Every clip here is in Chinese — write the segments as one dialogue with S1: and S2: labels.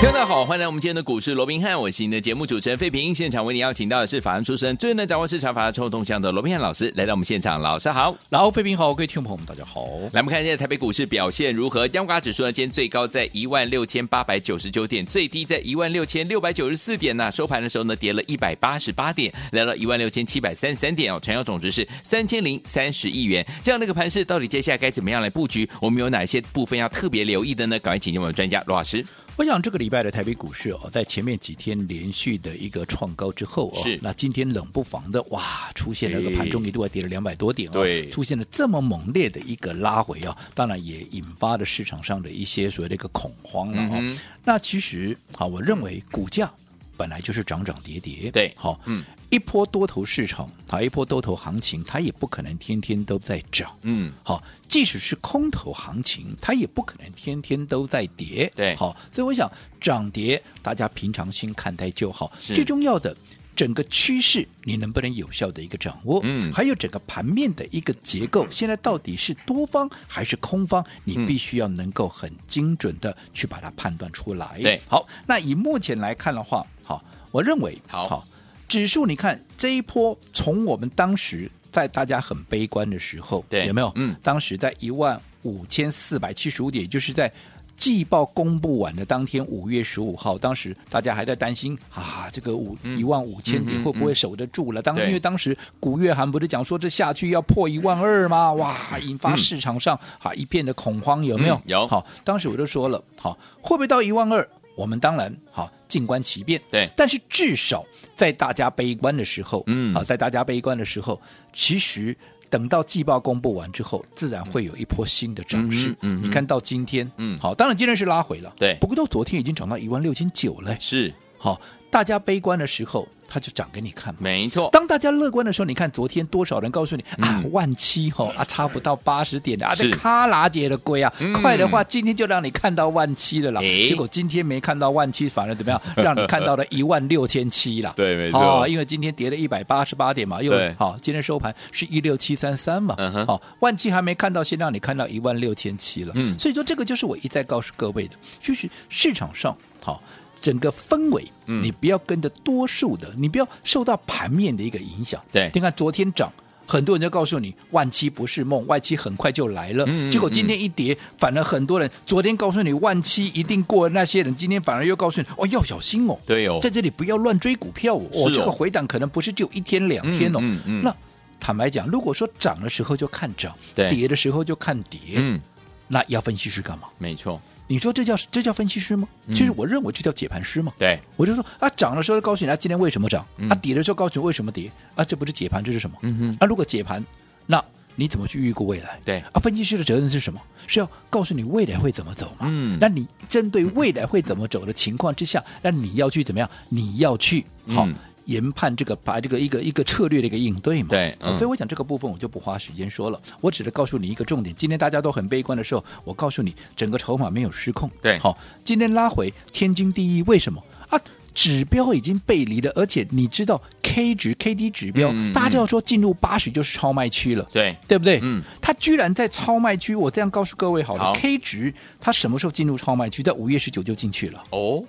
S1: 听众大家好，欢迎来我们今天的股市罗宾汉，我是您的节目主持人费平。现场为您邀请到的是法案出身、最能掌握市场法律臭动向的罗宾汉老师，来到我们现场。老师好，
S2: 然后，飞平好，各位听众朋友们，大家好。
S1: 来我们看一下台北股市表现如何？央股指数呢，今天最高在一万六千八百九十九点，最低在一万六千六百九十四点呢、收盘的时候呢，跌了一百八十八点，来到一万六千七百三十三点哦。成交总值是三千零三十亿元。这样的一个盘势，到底接下来该怎么样来布局？我们有哪些部分要特别留意的呢？赶快请进我们的专家罗老师。
S2: 我想这个礼拜的台北股市哦，在前面几天连续的一个创高之后哦，
S1: 是哎
S2: 那今天冷不防的哇，出现了一个盘中一度还跌了两百多点哦，
S1: 对
S2: 出现了这么猛烈的一个拉回哦，当然也引发了市场上的一些所谓的一个恐慌了哦。
S1: 嗯哼
S2: 那其实好，我认为股价本来就是涨涨跌跌，
S1: 对
S2: 好，
S1: 嗯，
S2: 一波多头市场，好，一波多头行情，它也不可能天天都在涨，
S1: 嗯，
S2: 好，即使是空头行情，它也不可能天天都在跌。
S1: 对
S2: 好，所以我想涨跌大家平常心看待就好。
S1: 是
S2: 最重要的，整个趋势你能不能有效的一个掌握？
S1: 嗯
S2: 还有整个盘面的一个结构，现在到底是多方还是空方，你
S1: 嗯
S2: 必须要能够很精准的去把它判断出来。
S1: 对
S2: 好，那以目前来看的话，好，我认为
S1: 好
S2: 指数你看这一波，从我们当时在大家很悲观的时候，
S1: 对
S2: 有没有？
S1: 嗯
S2: 当时在一万五千四百七十五点，就是在季报公布完的当天，五月十五号，当时大家还在担心啊，这个五一万五千点
S1: 嗯嗯
S2: 会不会守得住了？当
S1: 对
S2: 因为当时古月涵不是讲说这下去要破一万二吗？哇，引发市场上啊一片的恐慌，有没有
S1: 嗯？有
S2: 好，当时我就说了，好，会不会到一万二？我们当然好，静观其变。
S1: 对
S2: 但是至少在大家悲观的时候，啊
S1: 嗯
S2: 好，在大家悲观的时候，其实等到季报公布完之后，自然会有一波新的涨势。
S1: 嗯哼嗯哼
S2: 你看到今天，
S1: 嗯
S2: 好，当然今天是拉回了，
S1: 对
S2: 不过到昨天已经涨到一万六千九了。
S1: 是，
S2: 好，大家悲观的时候，它就涨给你看嘛。
S1: 没错，嗯
S2: 当大家乐观的时候，你看昨天多少人告诉你、啊，万七吼啊，差不到八十点的啊，
S1: 是
S2: 这卡拉姐的龟啊，
S1: 嗯
S2: 快的话今天就让你看到万七的啦。
S1: 诶
S2: 结果今天没看到万七，反而怎么 样，让你看到了一万六千七啦。
S1: 对没错
S2: 哦因为今天跌了一百八十八点嘛，又
S1: 对
S2: 好，今天收盘是一六七三三嘛，
S1: 嗯哼
S2: 好，万七还没看到，先让你看到一万六千七了。
S1: 嗯
S2: 所以说这个就是我一再告诉各位的，就是市场上好。整个氛围，
S1: 嗯
S2: 你不要跟着多数的，你不要受到盘面的一个影响。
S1: 对
S2: 你看昨天涨，很多人就告诉你万七不是梦，万七很快就来了。
S1: 嗯嗯
S2: 结果今天一跌，反而很多人昨天告诉你万七一定过，那些人今天反而又告诉你哦要小心哦，
S1: 对哦
S2: 在这里不要乱追股票哦，
S1: 是哦
S2: 这个回档可能不是只有一天两天哦。
S1: 嗯嗯嗯
S2: 那坦白讲，如果说涨的时候就看涨，
S1: 对
S2: 跌的时候就看跌，
S1: 嗯，
S2: 那要分析师干嘛？
S1: 没错，
S2: 你说这叫这叫分析师吗？
S1: 嗯
S2: 其实我认为这叫解盘师嘛。
S1: 对，
S2: 我就说啊，涨的时候告诉你啊，今天为什么涨；啊，跌的时候告诉你为什么跌。啊，这不是解盘，这是什么？
S1: 嗯哼
S2: 啊，如果解盘，那你怎么去预估未来？
S1: 对
S2: 啊，分析师的责任是什么？是要告诉你未来会怎么走嘛？
S1: 嗯
S2: 啊那你针对未来会怎么走的情况之下，那你要去怎么样？你要去好。
S1: 嗯
S2: 研判这个把这个一个一个策略的一个应对嘛，
S1: 对
S2: 好
S1: 嗯
S2: 所以我想这个部分我就不花时间说了，我只是告诉你一个重点。今天大家都很悲观的时候，我告诉你整个筹码没有失控，
S1: 对
S2: 好，今天拉回天经地义，为什么啊？指标已经背离了，而且你知道 K 值、K D 指标，
S1: 嗯嗯
S2: 大家要说进入八十就是超卖区了，
S1: 对，
S2: 对不对？
S1: 嗯，
S2: 它居然在超卖区，我这样告诉各位好了
S1: 好
S2: ，K 值它什么时候进入超卖区？在五月十九就进去了，
S1: 哦，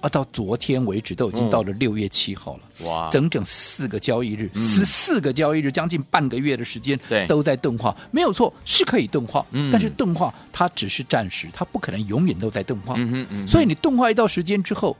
S2: 啊，到昨天为止都已经到
S1: 嗯
S2: 了六月七号了。
S1: 哇，
S2: 整整四个交易日，十四、个交易日，将近半个月的时间，
S1: 嗯对
S2: 都在钝化，没有错，是可以钝化，
S1: 嗯
S2: 但是钝化它只是暂时，它不可能永远都在钝化，
S1: 嗯哼嗯哼
S2: 所以你钝化一到时间之后，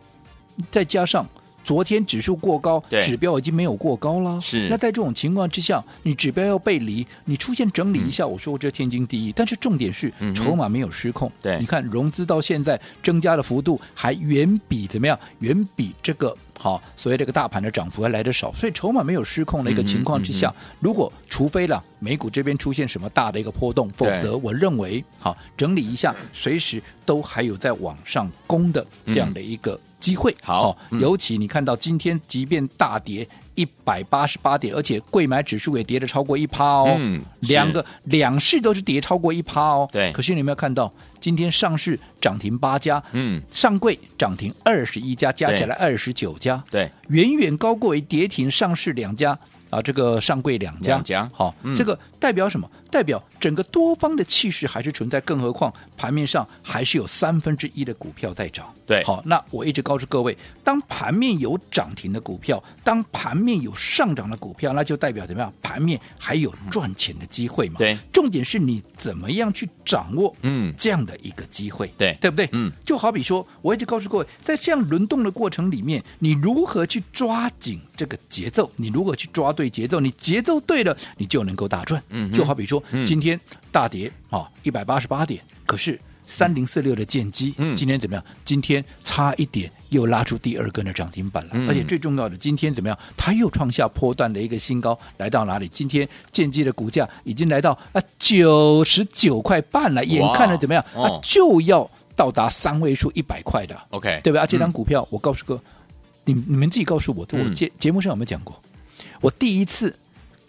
S2: 再加上。昨天指数过高
S1: 对，
S2: 指标已经没有过高了。
S1: 是
S2: 那在这种情况之下，你指标要背离，你出现整理一下，我说过这天经地义。但是重点是、
S1: 嗯嗯哼
S2: 筹码没有失控。
S1: 对
S2: 你看融资到现在增加的幅度还远比怎么样？远比这个好，
S1: 嗯
S2: 所谓这个大盘的涨幅还来得少，所以筹码没有失控的一个情况之下，如果除非了美股这边出现什么大的一个波动，否
S1: 对
S2: 则我认为好整理一下，随时都还有在往上攻的这样的一个机会。
S1: 嗯好嗯
S2: 尤其你看到今天，即便大跌一百八十八点，而且贵买指数也跌了超过一趴哦，
S1: 嗯是
S2: 两个两市都是跌超过一趴哦。
S1: 对
S2: 可是你有没有看到今天上市涨停八家，
S1: 嗯，
S2: 上柜涨停二十一家，加起
S1: 对
S2: 来二十九家，
S1: 对，
S2: 远远高过于跌停上市两家啊，这个上柜两家，
S1: 两家
S2: 好、
S1: 嗯
S2: 这个代表什么？代表整个多方的气势还是存在，更何况盘面上还是有三分之一的股票在涨。
S1: 对
S2: 好，那我一直告诉各位，当盘面有涨停的股票，当盘面有上涨的股票，那就代表怎么样？盘面还有赚钱的机会嘛？
S1: 对
S2: 重点是你怎么样去掌握
S1: 嗯
S2: 这样的一个机会，
S1: 对
S2: 对不对？
S1: 嗯，
S2: 就好比说，我一直告诉各位，在这样轮动的过程里面，你如何去抓紧这个节奏？你如何去抓对节奏？你节奏对了，你就能够大赚。
S1: 嗯哼
S2: 就好比说，
S1: 嗯
S2: 今天大跌啊，一百八十八点，可是三零四六的剑机，
S1: 嗯
S2: 今天怎么样？今天差一点又拉出第二根的涨停板了，
S1: 嗯
S2: 而且最重要的，今天怎么样？它又创下波段的一个新高，来到哪里？今天剑机的股价已经来到啊九十九块半了，眼看着怎么样？
S1: 哦
S2: 啊，就要到达三位数一百块的，
S1: OK，
S2: 对吧？啊，这张
S1: 嗯
S2: 股票，我告诉哥，你你们自己告诉我的，我
S1: 嗯
S2: 节节目上有没有讲过？我第一次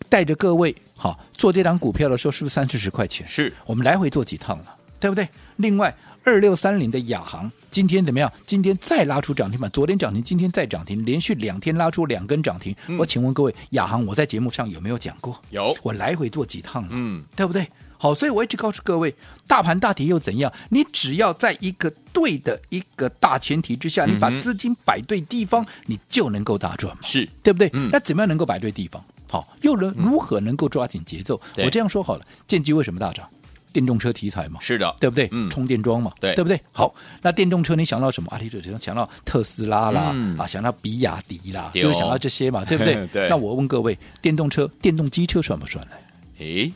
S2: 带着各位好做这张股票的时候，是不是三四十块钱？
S1: 是
S2: 我们来回做几趟了，对不对？另外，二六三零的亚航今天怎么样？今天再拉出涨停板，昨天涨停，今天再涨停，连续两天拉出两根涨停。我请问各位，亚航我在节目上有没有讲过？
S1: 嗯有，
S2: 我来回做几趟了，
S1: 嗯，
S2: 对不对？好，所以我一直告诉各位，大盘大跌又怎样？你只要在一个对的一个大前提之下，你把
S1: 嗯哼
S2: 资金摆对地方，你就能够大赚嘛。
S1: 是
S2: 对不对？
S1: 嗯
S2: 那怎么样能够摆对地方？好，又能如何能够抓紧节奏？
S1: 嗯对
S2: 我这样说好了，建机为什么大涨？电动车题材嘛，
S1: 是的，
S2: 对不对？
S1: 嗯
S2: 充电桩嘛，
S1: 对
S2: 不对？好，那电动车你想到什么？啊，你就想到特斯拉啦，
S1: 嗯
S2: 啊，想到比亚迪啦，
S1: 对哦
S2: 就是想到这些嘛，对不对？
S1: 对
S2: 那我问各位，电动车、电动机车算不算呢？
S1: 诶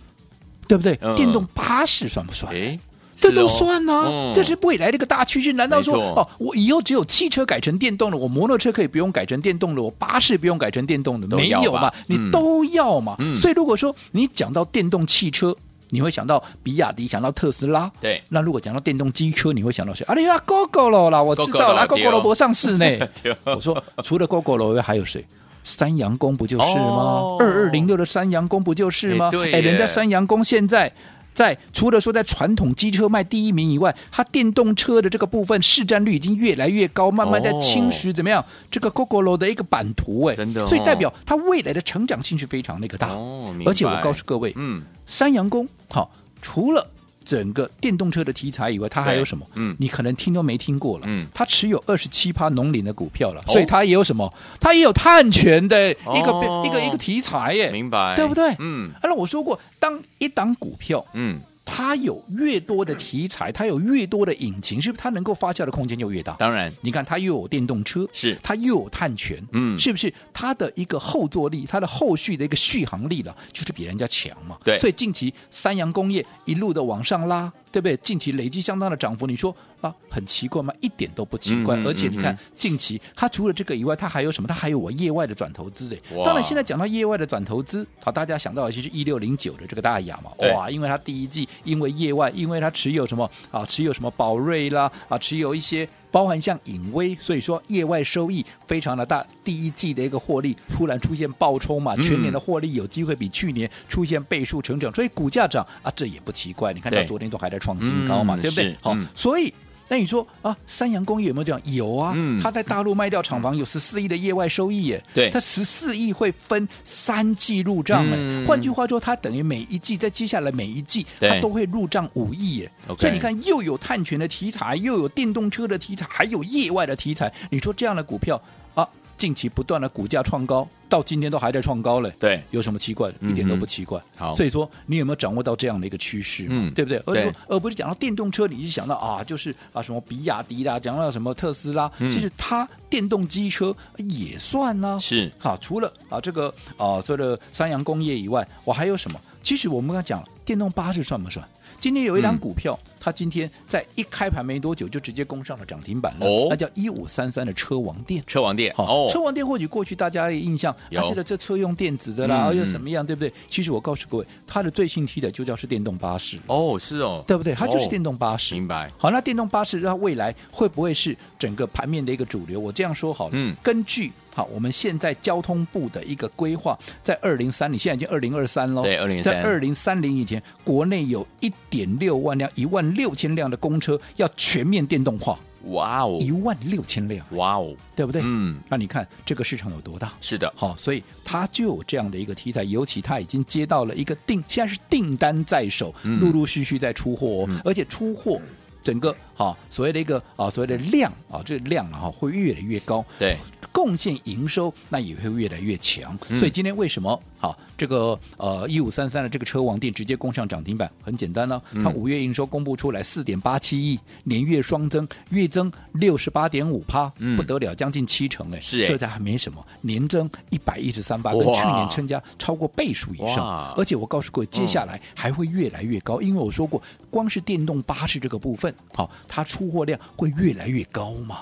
S2: 对不对？
S1: 嗯
S2: 电动巴士算不算？
S1: 诶，
S2: 这
S1: 是哦
S2: 都算呢、
S1: 嗯
S2: 这是未来的一个大趋势。难道说
S1: 没错
S2: 哦，我以后只有汽车改成电动了，我摩托车可以不用改成电动了，我巴士不用改成电动了？
S1: 都
S2: 没
S1: 要
S2: 有
S1: 吧
S2: 嘛，
S1: 嗯
S2: 你都要嘛。
S1: 嗯
S2: 所以如果说你讲到电动汽车，你会想到比亚迪，想到特斯拉。
S1: 对
S2: 那如果讲到电动机车，你会想到谁？啊，你啊，GoGo 啦，我知道
S1: Gogoro，
S2: 了
S1: 对哦
S2: ，GoGo 不上市呢
S1: 对。哦
S2: 我说除了 GoGo 还有谁？三洋公不就是吗
S1: 哦？
S2: 二二零六的三洋公不就是吗
S1: 哎？对
S2: 哎，人
S1: 耶
S2: 家三洋公现在在除了说在传统机车卖第一名以外，它电动车的这个部分市占率已经越来越高，慢慢在侵蚀怎么样、这个 GoGoRo 的一个版图哎，
S1: 哦真的哦
S2: 所以代表它未来的成长性是非常那个大。
S1: 哦明白
S2: 啊而且我告诉各位，
S1: 嗯，
S2: 三洋公好，除了整个电动车的题材以外，它还有什么？
S1: 嗯
S2: 你可能听都没听过了。
S1: 嗯
S2: 它持有二十七趴农林的股票了，
S1: 哦
S2: 所以它也有什么？它也有碳权的一个、
S1: 哦
S2: 一个一个题材耶。
S1: 明白，
S2: 对不对
S1: 嗯
S2: 啊，那我说过，当一档股票
S1: 嗯，
S2: 它有越多的题材，它有越多的引擎，是不是它能够发酵的空间就越大？
S1: 当然
S2: 你看，它又有电动车，
S1: 是
S2: 它又有碳权，
S1: 嗯
S2: 是不是它的一个后坐力，它的后续的一个续航力了，就是比人家强嘛？
S1: 对
S2: 所以近期三洋工业一路的往上拉，对不对？近期累积相当的涨幅，你说啊，很奇怪吗？一点都不奇怪。
S1: 嗯嗯
S2: 而且你看，
S1: 嗯
S2: 近期它除了这个以外，它还有什么？它还有我业外的转投资哎。
S1: 哇
S2: 当然，现在讲到业外的转投资，好，大家想到的就是一六零九的这个大雅嘛，
S1: 对
S2: 哇，因为它第一季因为业外，因为它持有什么啊，持有什么宝瑞啦啊，持有一些包含像影威，所以说业外收益非常的大，第一季的一个获利突然出现暴冲嘛，
S1: 嗯
S2: 全年的获利有机会比去年出现倍数成长，所以股价涨啊，这也不奇怪，你看到
S1: 对
S2: 昨天都还在创新高嘛，
S1: 嗯
S2: 对不对
S1: 是？
S2: 好、
S1: 嗯
S2: 所以。那你说啊，三洋工业有没有这样？有啊，
S1: 嗯
S2: 它在大陆卖掉厂房有十四亿的业外收益耶，
S1: 对
S2: 它十四亿会分三季入账哎、
S1: 嗯
S2: 换句话说，它等于每一季在接下来每一季，
S1: 对
S2: 它都会入账五亿耶。
S1: OK
S2: 所以你看，又有碳权的题材，又有电动车的题材，还有业外的题材。你说这样的股票啊，近期不断的股价创高，到今天都还在创高嘞。
S1: 对，
S2: 有什么奇怪的？
S1: 嗯哼
S2: 一点都不奇怪。
S1: 好
S2: 所以说你有没有掌握到这样的一个趋势嘛？
S1: 嗯
S2: 对不对？而
S1: 对
S2: 不而不是讲到电动车，你是想到啊，就是啊什么比亚迪啦，讲到什么特斯拉，
S1: 嗯
S2: 其实它电动机车呃也算呢、
S1: 是
S2: 好，除了啊这个啊所谓的三洋工业以外，我还有什么？其实我们刚才讲了，电动巴士算不算？今天有一档
S1: 嗯
S2: 股票，它今天在一开盘没多久就直接攻上了涨停板了，
S1: 哦
S2: 那叫一五三三的车王店。
S1: 车王店
S2: 好，车王店或许过去大家的印象，
S1: 哦有
S2: 啊觉得这车用电子的啦，
S1: 嗯
S2: 又什么样，对不对？其实我告诉各位，它的最新梯的就叫是电动巴士，
S1: 哦，是哦，
S2: 对不对？它就是
S1: 哦
S2: 电动巴士。
S1: 明白
S2: 好，那电动巴士它未来会不会是整个盘面的一个主流？我这样说好了，
S1: 嗯
S2: 根据好我们现在交通部的一个规划，在二零三零，现在已经二零二三喽，
S1: 对2023
S2: 哦在二零三零以前，国内有一点六万辆、一万六千辆的公车要全面电动化，
S1: 哇哦，
S2: 一万六千辆，
S1: 哇哦，
S2: 对不对？
S1: 嗯，
S2: 那你看这个市场有多大？
S1: 是的，
S2: 好，所以它就有这样的一个题材，尤其它已经接到了一个订，现在是订单在手，
S1: 嗯
S2: 陆陆续续在出货哦，而且出货。整个好、所谓的一个啊，所谓的量啊，这个量啊哈会越来越高，
S1: 对，
S2: 贡献营收那也会越来越强。
S1: 嗯
S2: 所以今天为什么好这个呃一五三三的这个车王店直接攻上涨停板？很简单呢、
S1: 嗯
S2: 它五月营收公布出来四点八七亿，年月双增，月增六十八点五趴
S1: 嗯，
S2: 不得了，将近七成哎、
S1: 是哎
S2: 这才还没什么，年增一百一十三趴，跟
S1: 哇
S2: 去年增加超过倍数以上
S1: 哇。嗯
S2: 而且我告诉各位，接下来还会越来越高，因为我说过，光是电动巴士这个部分，好，它出货量会越来越高嘛。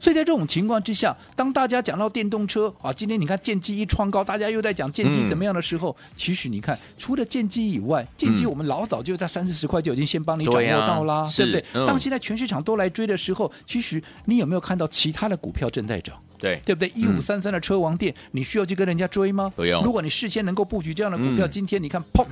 S2: 所以在这种情况之下，当大家讲到电动车啊，今天你看剑机一创高，大家又在讲剑机
S1: 嗯
S2: 怎么样的时候，其实你看，除了剑机以外，剑机我们老早就在三四十块就已经先帮你
S1: 嗯
S2: 掌
S1: 对啊
S2: 握到啦，
S1: 是
S2: 对不对？
S1: 嗯
S2: 当现在全市场都来追的时候，其实你有没有看到其他的股票正在涨？
S1: 对，
S2: 对不对？一
S1: 嗯
S2: 五三三的车王店，你需要去跟人家追吗？
S1: 不用
S2: 如果你事先能够布局这样的股票，
S1: 嗯
S2: 今天你看，砰，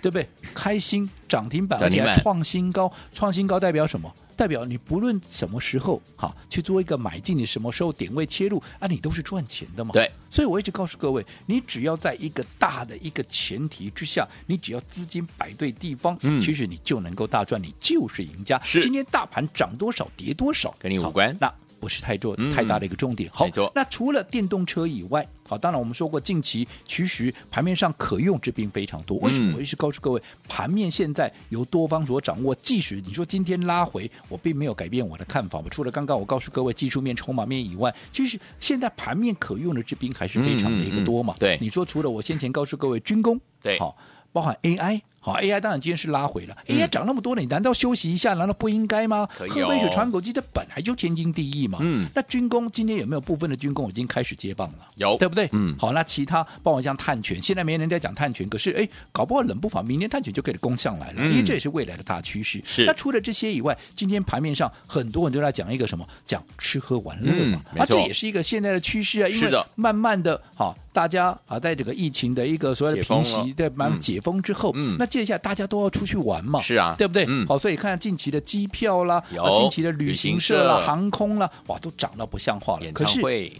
S2: 对不对？开心涨停板，
S1: 涨
S2: 而
S1: 停
S2: 且
S1: 板
S2: 还创新高，创新高代表什么？代表你不论什么时候好去做一个买进，你什么时候点位切入啊，你都是赚钱的嘛。
S1: 对，
S2: 所以我一直告诉各位，你只要在一个大的一个前提之下，你只要资金摆对地方，
S1: 嗯
S2: 其实你就能够大赚，你就是赢家。
S1: 是
S2: 今天大盘涨多少跌多少，
S1: 跟你无
S2: 好
S1: 关
S2: 那不是太重
S1: 嗯
S2: 太大的一个重点。好
S1: 没错，
S2: 那除了电动车以外，好，当然我们说过，近期其实盘面上可用之兵非常多。为什
S1: 嗯
S2: 么？我一直告诉各位，盘面现在由多方所掌握。即使你说今天拉回，我并没有改变我的看法嘛。除了刚刚我告诉各位技术面、筹码面以外，其实现在盘面可用的之兵还是非常的一个多
S1: 嗯
S2: 嘛。
S1: 嗯嗯对
S2: 你说除了我先前告诉各位军工，
S1: 对嗯
S2: 好，包含 AI。好，AI 当然今天是拉回了。AI 涨那么多了，你难道休息一下？难道不应该吗？
S1: 可以
S2: 喝杯水
S1: 哦
S2: 喘口气，这本来就天经地义嘛。
S1: 嗯
S2: 那军工今天有没有部分的军工已经开始接棒了？
S1: 有
S2: 对不对？
S1: 嗯
S2: 好，那其他包括像碳权，现在没人在讲碳权，可是哎，搞不好冷不防明年碳权就可以攻上来了，
S1: 嗯
S2: 因为这也是未来的大趋势。
S1: 是
S2: 那除了这些以外，今天盘面上很多人都在讲一个什么？讲吃喝玩乐嘛，
S1: 嗯没
S2: 啊，这
S1: 错
S2: 也是一个现在的趋势啊，因
S1: 是
S2: 为
S1: 的
S2: 慢慢的，好，大家啊，在这个疫情的一个所谓
S1: 解
S2: 的
S1: 封
S2: 平
S1: 了
S2: 息，对，慢慢
S1: 嗯
S2: 解封之后，
S1: 嗯
S2: 那接下来大家都要出去玩嘛，
S1: 是啊
S2: 对不对？
S1: 嗯
S2: 好，所以看看近期的机票啦，
S1: 有
S2: 啊近期的旅行社
S1: 旅
S2: 啦
S1: 行社、
S2: 航空啦，哇，都涨到不像话了。
S1: 演
S2: 可
S1: 唱
S2: 是
S1: 会，啊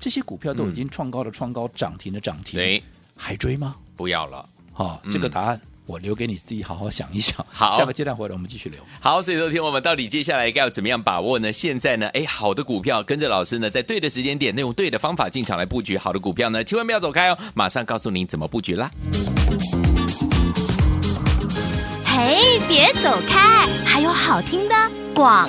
S2: 这些股票都已经创高的创高，涨停的涨
S1: 嗯
S2: 停，
S1: 对，
S2: 还追吗？
S1: 不要了。
S2: 好、
S1: 嗯
S2: 这个答案我留给你自己好好想一想。
S1: 好
S2: 下个阶段回来我们继续聊。
S1: 好，所以昨天我们到底接下来该要怎么样把握呢？现在呢，哎，好的股票跟着老师呢，在对的时间点，用对的方法进场来布局好的股票呢，千万不要走开哦，马上告诉您怎么布局啦。
S3: 嘿，别走开，还有好听的广。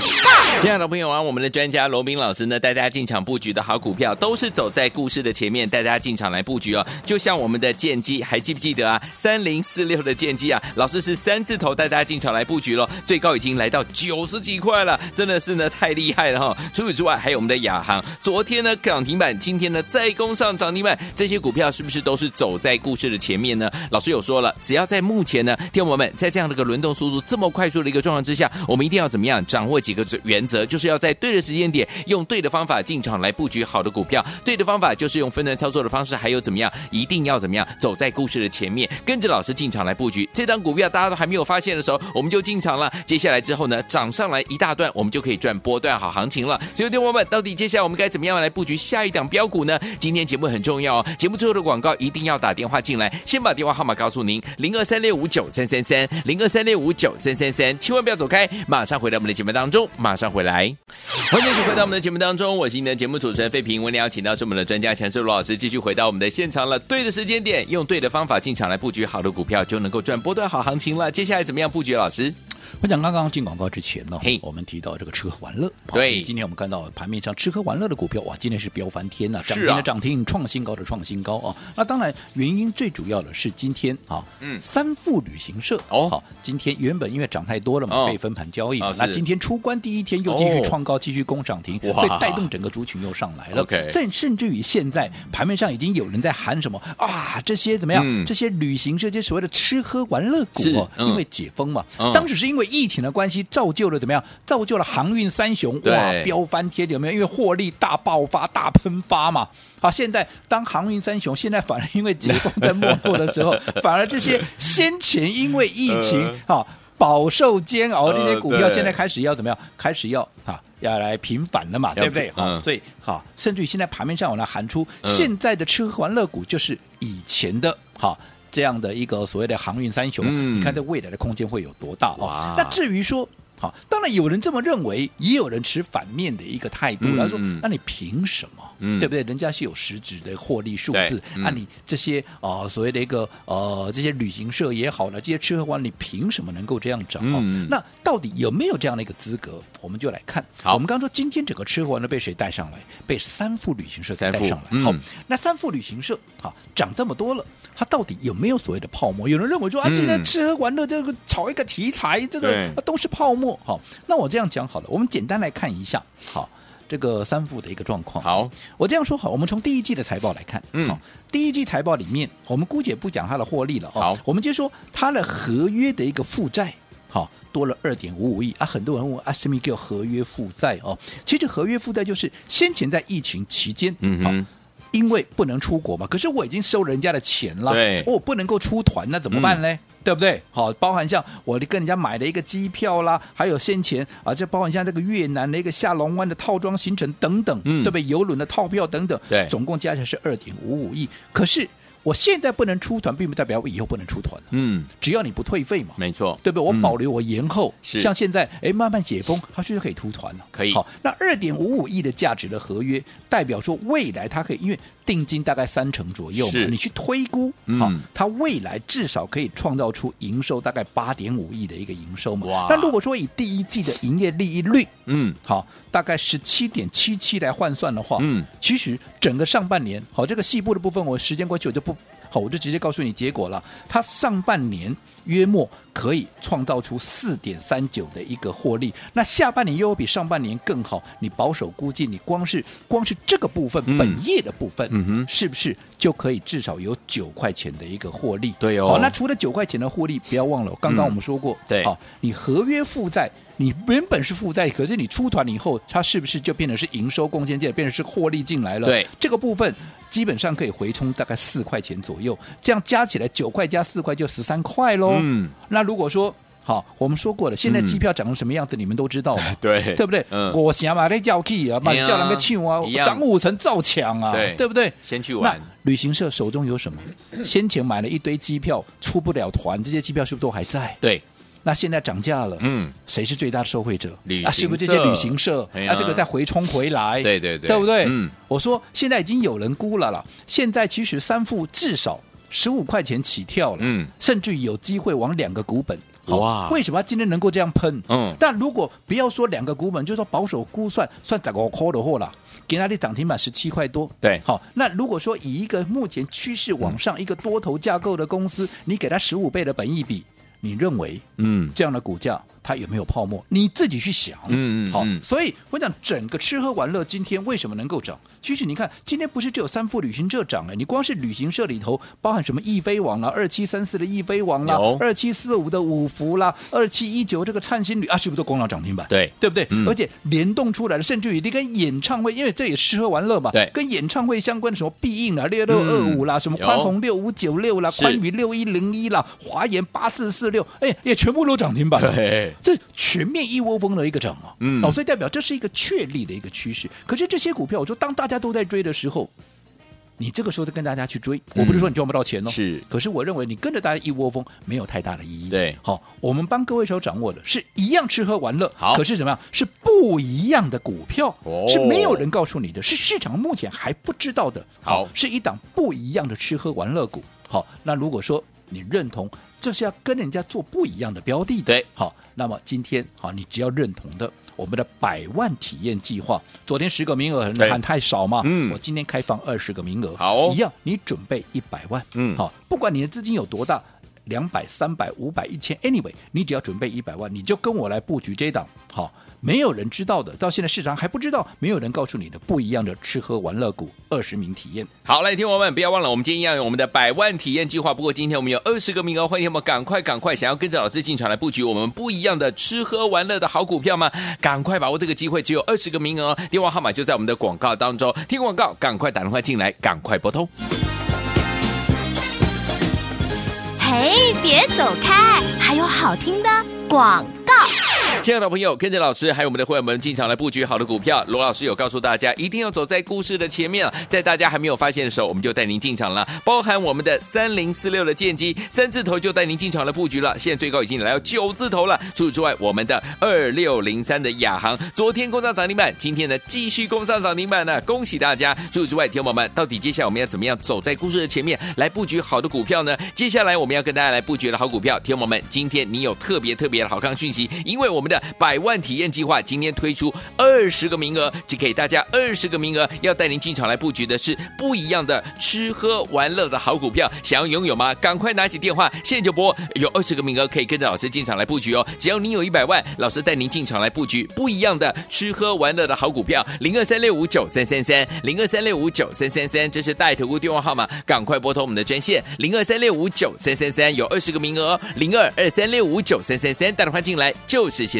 S1: 亲爱的朋友啊，我们的专家罗斌老师呢，带大家进场布局的好股票，都是走在故事的前面，带大家进场来布局哦。就像我们的剑机，还记不记得啊？三零四六的剑机啊，老师是三字头带大家进场来布局了，最高已经来到九十几块了，真的是呢太厉害了哈、除此之外，还有我们的亚航，昨天呢涨停板，今天呢再攻上涨停板，这些股票是不是都是走在故事的前面呢？老师有说了，只要在目前呢，听我们在这样的一个轮动速度这么快速的一个状况之下，我们一定要怎么样掌握几个原则，就是要在对的时间点，用对的方法进场来布局好的股票。对的方法就是用分段操作的方式，还有怎么样，一定要怎么样走在故事的前面，跟着老师进场来布局。这档股票大家都还没有发现的时候，我们就进场了。接下来之后呢，涨上来一大段，我们就可以赚波段好行情了。所以，听众朋友们，到底接下来我们该怎么样来布局下一档标股呢？今天节目很重要哦，节目最后的广告一定要打电话进来，先把电话号码告诉您：零二三六五九三三三，零二三六五九三三三，千万不要走开，马上回到我们的节目当中，马上回来。欢迎继续回到我们的节目当中，我是您的节目主持人费平。我们邀请到是我们的专家强势罗老师，继续回到我们的现场了。对的时间点，用对的方法进场来布局好的股票，就能够赚波段好行情了。接下来怎么样布局？老师，
S2: 我讲刚刚进广告之前呢
S1: 嘿，
S2: 我们提到这个吃喝玩乐，啊
S1: 对
S2: 今天我们看到盘面上吃喝玩乐的股票，哇，今天是飙翻天呐、
S1: 是啊
S2: 涨停的涨停，创新高的创新高啊。那当然，原因最主要的是今天啊，
S1: 嗯
S2: 三富旅行社
S1: 哦
S2: 好，今天原本因为涨太多了
S1: 哦
S2: 嘛，被分盘交易嘛
S1: 啊，
S2: 那
S1: 是
S2: 今天出关第一天又继
S1: 哦
S2: 续创高，继续攻涨停，
S1: 哇
S2: 所以带动整个族群又上来了
S1: OK。
S2: 甚甚至于现在盘面上已经有人在喊什么啊，这些怎么样
S1: 嗯？
S2: 这些旅行社这些所谓的吃喝玩乐股
S1: 是
S2: 哦，
S1: 嗯
S2: 因为解封嘛
S1: 嗯，
S2: 当时是因为疫情的关系，造就了怎么样？造就了航运三雄
S1: 对
S2: 哇飙翻天，有没有？因为获利大爆发、大喷发嘛。好，现在当航运三雄现在反而因为解封在没落的时 候，反而这些先前因为疫情啊饱受煎熬这些股
S1: 嗯
S2: 票，
S1: 呃对
S2: 现在开始要怎么样？开始要啊要来平反了嘛，
S1: 要
S2: 对不对？
S1: 嗯
S2: 好，所以好，甚至于现在盘面上我来喊出，
S1: 嗯
S2: 现在的吃喝玩乐股就是以前的好。这样的一个所谓的航运三雄，
S1: 嗯
S2: 你看这未来的空间会有多大
S1: 哇
S2: 哦？那至于说，好，当然有人这么认为，也有人持反面的一个态度，
S1: 嗯
S2: 他说
S1: 嗯：“
S2: 那你凭什么？
S1: 嗯
S2: 对不对？人家是有实质的获利数
S1: 对
S2: 字，
S1: 嗯
S2: 那、你这些呃所谓的一个呃这些旅行社也好了，这些吃喝玩，你凭什么能够这样涨、哦
S1: 嗯嗯
S2: 那到底有没有这样的一个资格？我们就来看。
S1: 好
S2: 我们刚刚说今天整个吃喝玩乐被谁带上来？被三富旅行社给
S1: 三
S2: 带
S1: 富
S2: 上来。
S1: 嗯
S2: 好，那三富旅行社好涨这么多了，它到底有没有所谓的泡沫？有人认为说啊，
S1: 嗯
S2: 今天吃喝玩乐这个炒一个题材，这个
S1: 对
S2: 啊都是泡沫。好，那我这样讲好了，我们简单来看一下，好这个三富的一个状况。
S1: 好，
S2: 我这样说好，我们从第一季的财报来看，
S1: 嗯
S2: 好第一季财报里面，我们姑且不讲它的获利了哦，
S1: 好
S2: 我们就说它的合约的一个负债。好，多了二点五五亿啊！很多人问啊，什么叫合约负债哦？其实合约负债就是先前在疫情期间，
S1: 嗯
S2: 好
S1: 哼，
S2: 因为不能出国嘛，可是我已经收人家的钱了，
S1: 对嗯
S2: 我不能够出团，那怎么办呢？对不对？好，包含像我跟人家买的一个机票啦，还有先前啊，这包含像这个越南的一个下龙湾的套装行程等等，
S1: 嗯
S2: 对不对？游轮的套票等等，
S1: 对
S2: 总共加起来是二点五五亿。可是我现在不能出团，并不代表我以后不能出团了
S1: 嗯，
S2: 只要你不退费嘛，
S1: 没错，
S2: 对不对？我
S1: 嗯
S2: 保留我延后，
S1: 是
S2: 像现在哎慢慢解封，它确实可以突团了，
S1: 可以
S2: 好，那二点五五亿的价值的合约，代表说未来它可以，因为定金大概三成左右嘛
S1: 是，
S2: 你去推估，
S1: 嗯
S2: 好，它未来至少可以创造出营收大概八点五亿的一个营收嘛。
S1: 哇
S2: 那如果说以第一季的营业利益率，
S1: 嗯，
S2: 好，大概十七点七七来换算的话，
S1: 嗯，
S2: 其实整个上半年，好，这个细部的部分，我时间过去我就不，好，我就直接告诉你结果了。它上半年约莫可以创造出四点三九的一个获利，那下半年又比上半年更好。你保守估计，你光是光是这个部分、
S1: 嗯
S2: 本业的部分，
S1: 嗯哼
S2: 是不是就可以至少有九块钱的一个获利？
S1: 对哦
S2: 好，那除了九块钱的获利，不要忘了，刚刚我们说过，
S1: 对
S2: 好，你合约负债，你原本是负债，可是你出团以后，它是不是就变成是营收贡献进来，变成是获利进来了？
S1: 对，
S2: 这个部分基本上可以回冲大概四块钱左右，这样加起来九块加四块就十三块喽。
S1: 嗯，
S2: 那如果说好，我们说过了，现在
S1: 嗯
S2: 机票涨成什么样子，你们都知道嘛，
S1: 对，
S2: 对不对？
S1: 嗯，
S2: 我想嘛，那叫去啊，把
S1: 哎呀
S2: 叫人个抢啊
S1: 一，样
S2: 涨五成照抢啊，
S1: 对
S2: 不对？
S1: 先去
S2: 那
S1: 玩，
S2: 旅行社手中有什么？先前买了一堆机票，出不了团，这些机票是不是都还在？
S1: 对，
S2: 那现在涨价了，
S1: 嗯，
S2: 谁是最大的受惠者？
S1: 旅
S2: 啊，是不
S1: 行
S2: 是这些
S1: 社
S2: 旅行社？
S1: 哎呀
S2: 啊，这个再回冲回来，
S1: 对对 对
S2: 对不对？
S1: 嗯，
S2: 我说现在已经有人估了啦，现在其实三副至少十五块钱起跳了，
S1: 嗯，
S2: 甚至有机会往两个股本。好
S1: 哇
S2: 为什么今天能够这样喷？
S1: 嗯
S2: 但如果不要说两个股本，就说保守估算算怎个抠的货啦，给那里涨停板十七块多。
S1: 对
S2: 好，那如果说以一个目前趋势往上、一个多头架构的公司，你给它十五倍的本益比，你认为
S1: 嗯，
S2: 这样的股价它有没有泡沫？你自己去想。
S1: 嗯嗯
S2: 好
S1: 嗯，
S2: 所以我讲整个吃喝玩乐今天为什么能够涨？其实你看，今天不是只有三富旅行社涨了，你光是旅行社里头包含什么易飞网啦、二七三四的易飞网啦
S1: 有、
S2: 二七四五的五福啦、二七一九这个灿星旅啊，是不是都攻了涨停板？
S1: 对
S2: 对不对？
S1: 嗯
S2: 而且联动出来了，甚至于你跟演唱会，因为这也是吃喝玩乐嘛，
S1: 对
S2: 跟演唱会相关的什么必应啦、六六二五啦、
S1: 嗯
S2: 什么
S1: 有
S2: 宽宏六五九六啦、
S1: 是
S2: 宽宇六一零一啦、华研八四四六，哎，也全部都涨停板了。
S1: 对，
S2: 这全面一窝蜂的一个涨啊，
S1: 嗯
S2: 哦，所以代表这是一个确立的一个趋势。可是这些股票，我说当大家都在追的时候，你这个时候就跟大家去追，我不是说你赚不到钱哦，
S1: 嗯是
S2: 可是我认为你跟着大家一窝蜂没有太大的意义。
S1: 对
S2: 好，我们帮各位手掌握的是一样吃喝玩乐，
S1: 好
S2: 可是怎么样是不一样的股票，
S1: 哦
S2: 是没有人告诉你的，是市场目前还不知道的。
S1: 好
S2: 是一档不一样的吃喝玩乐股。好，那如果说你认同，这是要跟人家做不一样的标的的。
S1: 对，
S2: 好，那么今天好，你只要认同的我们的百万体验计划，昨天十个名额很
S1: 对
S2: 喊太少嘛，
S1: 嗯
S2: 我今天开放二十个名额，
S1: 好哦
S2: 一样，你准备一百万，
S1: 嗯
S2: 好，不管你的资金有多大。两百、三百、五百、一千，anyway，你只要准备一百万，你就跟我来布局这一档好，没有人知道的，到现在市场还不知道，没有人告诉你的不一样的吃喝玩乐股二十名体验。
S1: 好，来，听众朋友们，不要忘了，我们今天要有我们的百万体验计划。不过今天我们有二十个名额，欢迎我们赶快赶快，想要跟着老师进场来布局我们不一样的吃喝玩乐的好股票吗？赶快把握这个机会，只有二十个名额，电话号码就在我们的广告当中。听广告，赶快打电话进来，赶快拨通。
S3: 嘿，别走开，还有好听的广告。
S1: 亲爱的朋友，跟着老师还有我们的会员们进场来布局好的股票。罗老师有告诉大家，一定要走在故事的前面啊，在大家还没有发现的时候，我们就带您进场了。包含我们的三零四六的剑机，三字头就带您进场来布局了，现在最高已经来到九字头了。除此之外，我们的二六零三的亚航，昨天攻上涨停板，今天呢继续攻上涨停板呢，恭喜大家！除此之外，听众朋友们，到底接下来我们要怎么样走在故事的前面来布局好的股票呢？接下来我们要跟大家来布局的好股票，听众朋友们，今天你有特别特别的好康讯息，因为我们的百万体验计划今天推出二十个名额，只给大家二十个名额，要带您进场来布局的是不一样的吃喝玩乐的好股票，想要拥有吗？赶快拿起电话，现在就拨，有二十个名额可以跟着老师进场来布局哦。只要你有一百万，老师带您进场来布局不一样的吃喝玩乐的好股票，零二三六五九三三三，零二三六五九三三三，这是带头股电话号码，赶快拨通我们的专线零二三六五九三三三，有二十个名额哦，零二二三六五九三三三，打电话进来就是现